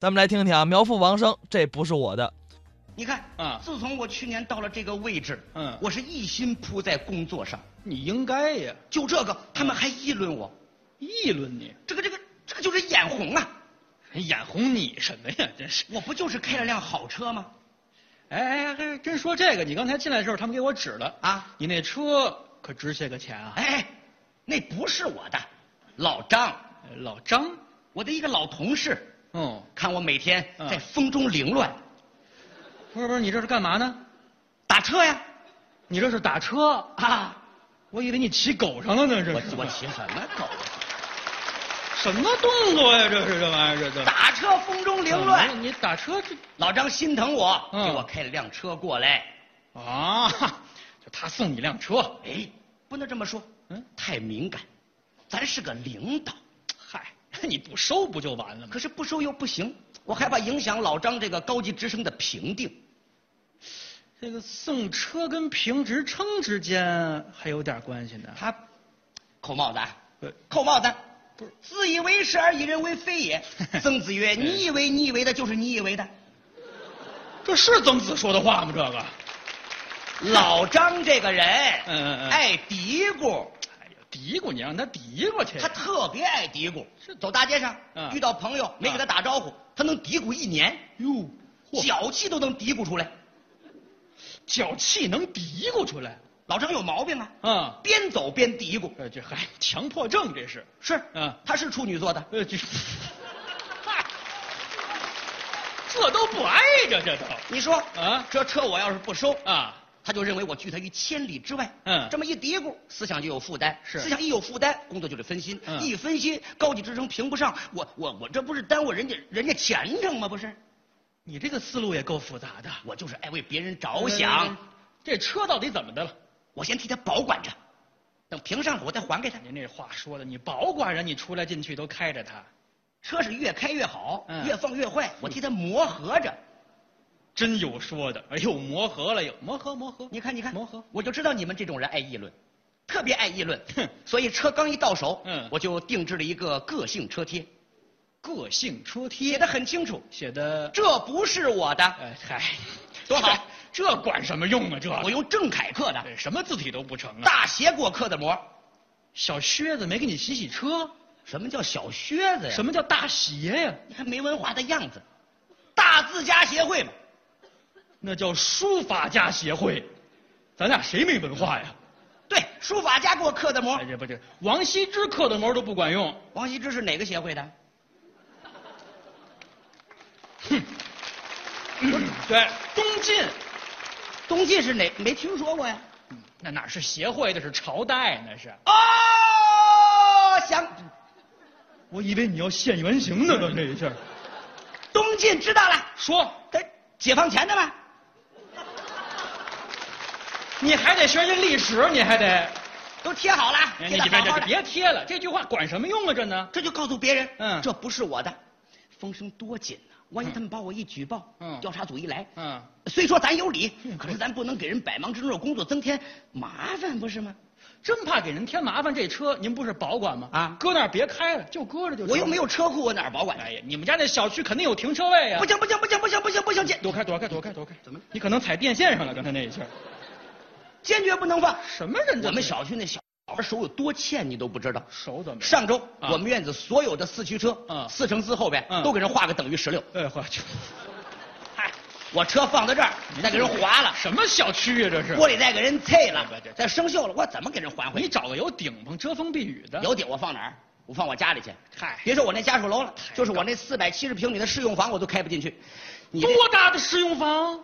咱们来听听啊，苗阜王声，这不是我的，你看，啊自从我去年到了这个位置，嗯我是一心扑在工作上，你应该呀，就这个，他们还议论我，议论你，哎这个这个这个就是眼红啊！眼红你什么呀？真是，我不就是开了辆好车吗？哎哎，还真说这个，你刚才进来的时候，他们给我指了啊，你那车可值些个钱啊。哎，那不是我的，老张，哎老张，我的一个老同事，哦，看我每天嗯在风中凌乱，不是不是，你这是干嘛呢？打车呀，你这是打车，啊，我以为你骑狗上了呢，这我是我骑什么狗？啊什么动作呀？这是这玩意儿，这都打车风中凌乱，你打车这老张心疼我，嗯给我开了辆车过来。啊，就他送你辆车，哎，不能这么说，嗯，太敏感，咱是个领导，嗨，你不收不就完了吗可？是不收又不行，我害怕影响老张这个高级职称的评定。这个送车跟评职称之间还有点关系呢。他扣帽子啊呃，扣帽子，不是嗯自以为是而以人为非 也。曾子曰：“你以为你以为的，就是你以为的。这是曾子说的话吗？这个，”老张这个人，嗯嗯嗯爱嘀咕，哎呀，嘀咕你让他嘀咕去。他特别爱嘀咕是。走大街上嗯遇到朋友没给他打招呼，他能嘀咕一年，哟，嚯，脚气都能嘀咕出来。脚气能嘀咕出来老张有毛病啊，啊？边走边嘀咕。呃，这还强迫症这是。是，嗯他是处女座的，呃，这，嗨，这都不挨着，这都你说啊这车我要是不收，啊，他就认为我拒他于千里之外。嗯这么一嘀咕，思想就有负担。是思想一有负担，工作就得分心。嗯一分心，高级职称评不上，我我我这不是耽误人家人家前程吗？不是，你这个思路也够复杂的。我就是爱哎为别人着想，呃这车到底怎么的了？我先替他保管着，等评上了我再还给他。您这话说的，你保管人，你出来进去都开着它，车是越开越好，嗯越放越坏，我替他磨合着。真有说的。哎呦，磨合了又磨合磨合，你看，你看，磨合，我就知道你们这种人爱议论，特别爱议论哼。所以车刚一到手，嗯我就定制了一个个性车贴，个性车贴写的很清楚，写的，这不是我的，呃，嗨， 多好， 这管什么用啊？这我用郑恺刻的，哎什么字体都不成啊！大鞋给我刻的膜。小靴子没给你洗洗车，什么叫小靴子呀？什么？么叫大鞋呀？你看没文化的样子。大字家协会嘛，那叫书法家协会，咱俩谁没文化呀？对，书法家给我刻的膜哎，。这不这王羲之刻的膜都不管 用，王羲之是哪个协会的？对，东晋东晋是哪？没听说过呀。那哪是协会，那是朝代，那是。哦，想我以为你要现原形呢，刚这一下。东晋知道了，说，他解放前的吧？你还得学学历史，你还得。都贴好了，贴哎你的别好好别的。别贴了，这句话管什么用啊？这呢？这就告诉别人，嗯这不是我的，风声多紧呐、万一他们把我一举报，嗯调查组一来，嗯，虽说咱有理，可是咱不能给人百忙之中的工作增添麻烦，不是吗？真怕给人添麻烦。这车您不是保管吗？啊搁那儿别开了，就搁着就。我又没。有车库，我哪儿保管哎去？呀，你们家那小区肯定有停车位呀。啊不行不行不行不行不行不行，坚躲开躲开躲开躲开。怎么了？你可能踩电线上了，刚才那一下。坚决不能放。什么人？我们小区那小孩手有多欠，你都不知道。手怎么？上周啊我们院子所有的四驱车嗯，四乘四后边嗯都给人画个等于十六。哎，我去，嗨，我车放到这儿，嗯再给人划了，什么小区啊？这是。锅里再给人碎了对对对，再生锈了，我怎么给人还回你去？找个有顶棚遮风避雨的。有顶我放哪儿？我放我家里去。嗨，别说我那家属楼了太，就是我那四百七十平米的试用房，我都开不进去。你这多大的试用房？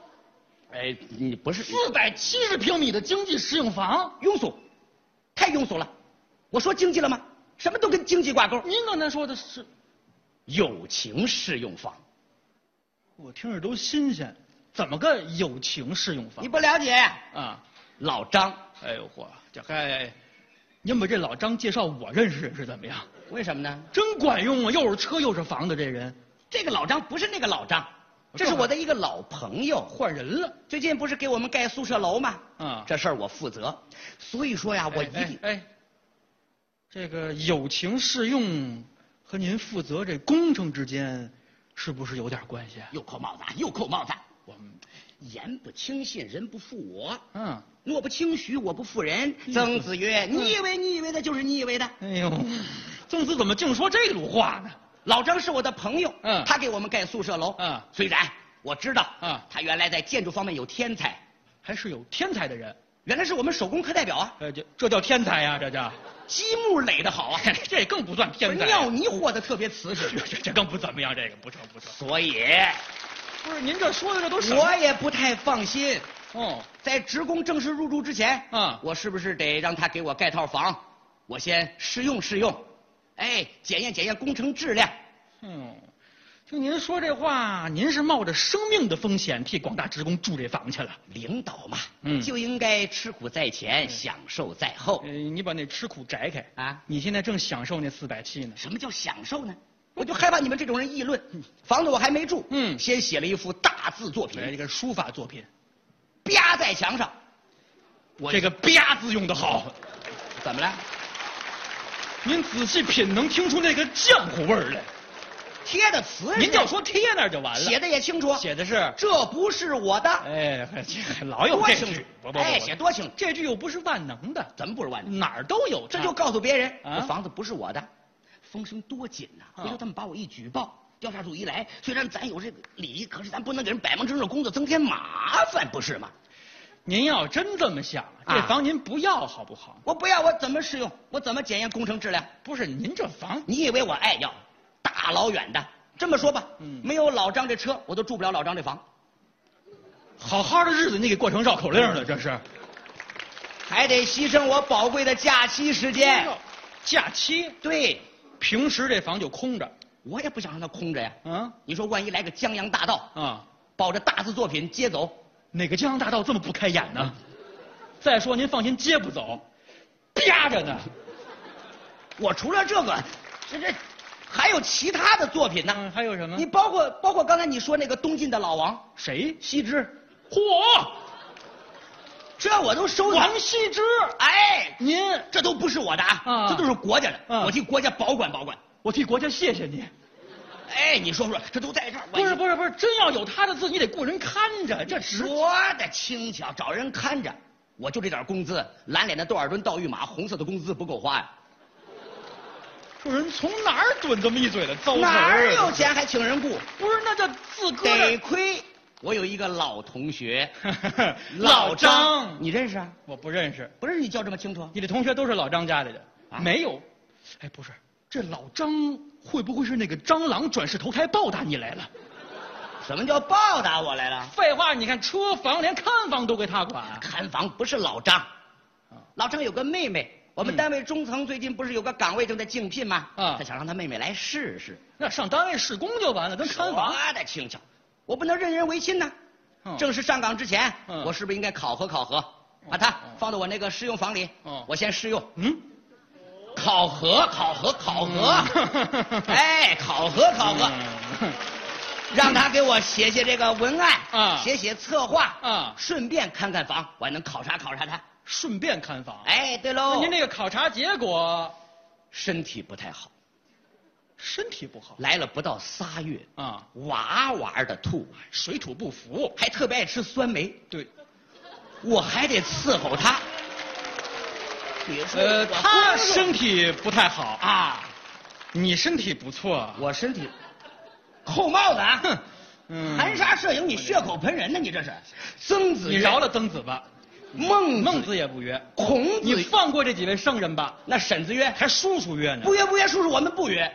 哎，你不是四百七十平米的经济适用房，庸俗，太庸俗了。我说经济了吗？什么都跟经济挂钩。您刚才说的是，友情试用房，我听着都新鲜。怎么个友情适用房你不了解呀。啊？老张，哎呦嚯，这还，您把这老张介绍我认识认识怎么样？为什么呢？真管用啊！又是车又是房的这人，这个老张不是那个老张，这是我的一个老朋友。换人了最近不是给我们盖宿舍楼吗？啊！这事儿我负责，所以说呀，我一定哎哎哎，这个友情适用和您负责这工程之间，是不是有点关系？啊又扣帽子，又扣帽子。我们，言不轻信，人不负我。嗯，诺不轻许，我不负人。曾子曰：“你以为你以为的，就是你以为的。哎呦，曾子怎么净说这路话呢？老张是我的朋友，嗯他给我们盖宿舍楼，嗯虽然我知道，嗯他原来在建筑方面有天才，还是有天才的人，原来是我们手工课代表啊，呃，这这叫天才呀、这叫，积木垒得 好啊，这更不算天才，尿泥和得特别瓷实， 这这这更不怎么样，这个不成不成。所以不是您这说的这都什么我？也不太放心。哦，在职工正式入住之前，嗯我是不是得让他给我盖套房？我先试用试用，哎，检验检验工程质量。嗯，听您说这话，您是冒着生命的风险替广大职工住这房去了。领导嘛，嗯就应该吃苦在前，享受在后呃，你把那吃苦摘开，啊。你现在正享受那四百七呢。什么叫享受呢？我就害怕你们这种人议论。房子我还没住，嗯先写了一幅大字作来一品，个书法作品，啪在墙上。我这个“吧”字用的好，怎么了？您仔细品能听出那个浆糊味儿来。贴的词是您就说贴那儿就完了。写的也清楚，写的是，这不是我的，哎，这老有多这清楚句，不不，不哎，写多清楚，这句又不是万能的，怎么不是我的？哪儿都有它。这就告诉别人，啊这房子不是我的，风声多紧呐、啊回头他们把我一举报，调查组一来，虽然咱有这个礼仪，可是咱不能给人百忙之中的工作增添麻烦，不是吗？您要真这么想，啊这房您不要好不好？我不要，我怎么试用？我怎么检验工程质量？不是您这房，你以为我爱要？大老远的，这么说吧，嗯没有老张这车，我都住不了老张这房。好好的日子你给过成绕口令了，这是。还得牺牲我宝贵的假期时间。假期对，平时这房就空着，我也不想让它空着呀。嗯你说万一来个江洋大盗，啊，抱着大字作品接走，哪个江洋大盗这么不开眼呢？嗯再说您放心，接不走，啪着呢。我除了这个，这这还有其他的作品呢。嗯，还有什么你？包括包括刚才你说那个东晋的老王谁？羲之，嚯，这我都收藏王。羲之，哎，您，这都不是我的啊，啊这都是国家的，啊我替国家保管保管。我替国家谢谢您。哎，你说说，这都在这儿，我不是不是不是，真要有他的字，你得雇人看着，这值说的轻巧，找人看着。我就这点工资，蓝脸的窦尔敦、盗御马，红色的工资不够花呀、说人从哪儿怼这么一嘴的糟啊哪儿有钱还请人雇？不是，那叫自个得儿。亏我有一个老同 学，你认识啊？我不认识，不认识你叫这么清楚？你的同学都是老张家里的，啊没有。哎，不是，这老张会不会是那个蟑螂转世投胎报答你来了？什么叫报答我来了？废话，你看车房连看房都归他管，看房不是老张，老张有个妹妹，我们啊嗯单位中层最近不是有个岗位正在竞聘吗？啊他想让他妹妹来试试。那上单位施工就完了，跟看房。说啊的轻巧，我不能任人唯亲呐。嗯正式上岗之前，嗯我是不是应该考核考核，把它放到我那个试用房里嗯？我先试用，嗯，考核考核考核嗯，哎，考核考核，嗯让他给我写写这个文案，啊写写策划啊，顺便看看房，我还能考察考察他。顺便看房。哎，对那喽，您这个考察结果，身体不太好，身体不好来了不到仨月，啊，哇哇的吐，水土不服。还特别爱吃酸梅。对，我还得伺候他。你说呃，我他光说身体不太好，啊，你身体不错。我身体扣帽子啊！哼，嗯，含沙射影，你血口喷人呢？你这是曾子你曰饶了曾子吧，孟孟子也不约，孔你子放过这几位圣人吧，那沈子曰还叔叔约呢。不约不约，叔叔我们不约。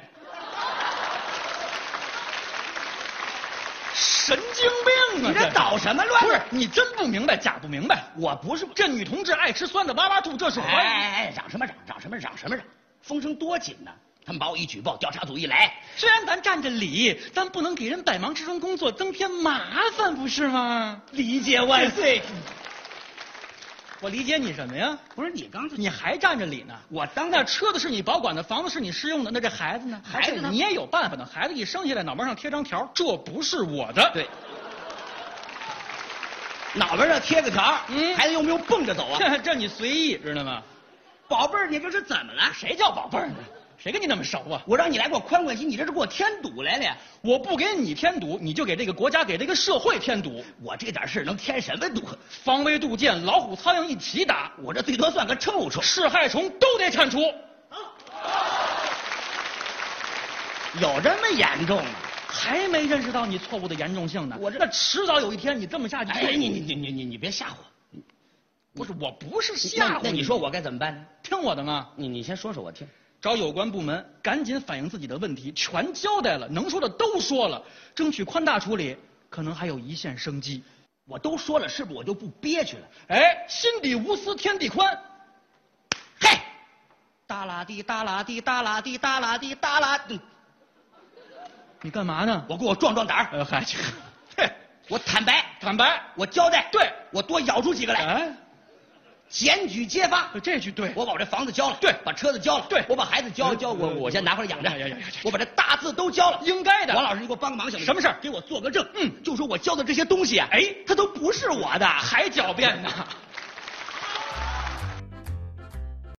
神经病啊！你这是捣什么乱？不是，你真不明白，假不明白。我不是这女同志爱吃酸的，哇哇吐，这是哎我。哎哎，嚷什么嚷？嚷什么嚷？什么嚷？风声多紧呢！他们把我一举报，调查组一来，虽然咱占着理，但不能给人百忙之中工作增添麻烦，不是吗？理解万岁。我理解你什么呀？不是你刚才你还占着理呢？我当那车子是你保管的，房子是你试用的，那这孩子呢？孩子呢而且你也有办法的。孩子一生下来，脑门上贴张条，这不是我的。对，脑门上贴个条，嗯孩子用不用 蹦着走啊？这这你随意，知道吗？宝贝儿，你这是怎么了？谁叫宝贝儿呢？谁跟你那么熟啊？我让你来给我宽宽心，你这是给我添堵来了呀！我不给你添堵，你就给这个国家、给这个社会添堵。我这点事儿能添什么堵？防微杜渐，老虎苍蝇一起打，我这最多算个臭虫。是害虫都得铲除。有这么严重吗？还没认识到你错误的严重性呢。我这那迟早有一天你这么下去，哎，你你你你你你别吓唬我，不是我不是吓吓唬那你说我该怎么办呢？听我的嘛，你你先说说我听。找有关部门赶紧反映自己的问题，全交代了，能说的都说了，争取宽大处理，可能还有一线生机。我都说了，是不是我就不憋屈了？哎，心底无私天地宽，嘿，哒啦滴哒啦滴哒啦滴哒啦滴哒啦滴，你干嘛呢？我给我壮壮胆儿，呃，嗨， 嘿，我坦白，坦白，我交代，对我多咬出几个来，哎，检举揭发。这句对，我把我这房子交了，对把车子交了，对我把孩子交了，交我嗯我先拿回来养着哎呀呀呀呀，我把这大字都交了，应该的。王老师，你给我帮个忙行吗？什么事儿给我做个证。嗯就说我交的这些东西啊，哎它都不是我的，还狡辩呢？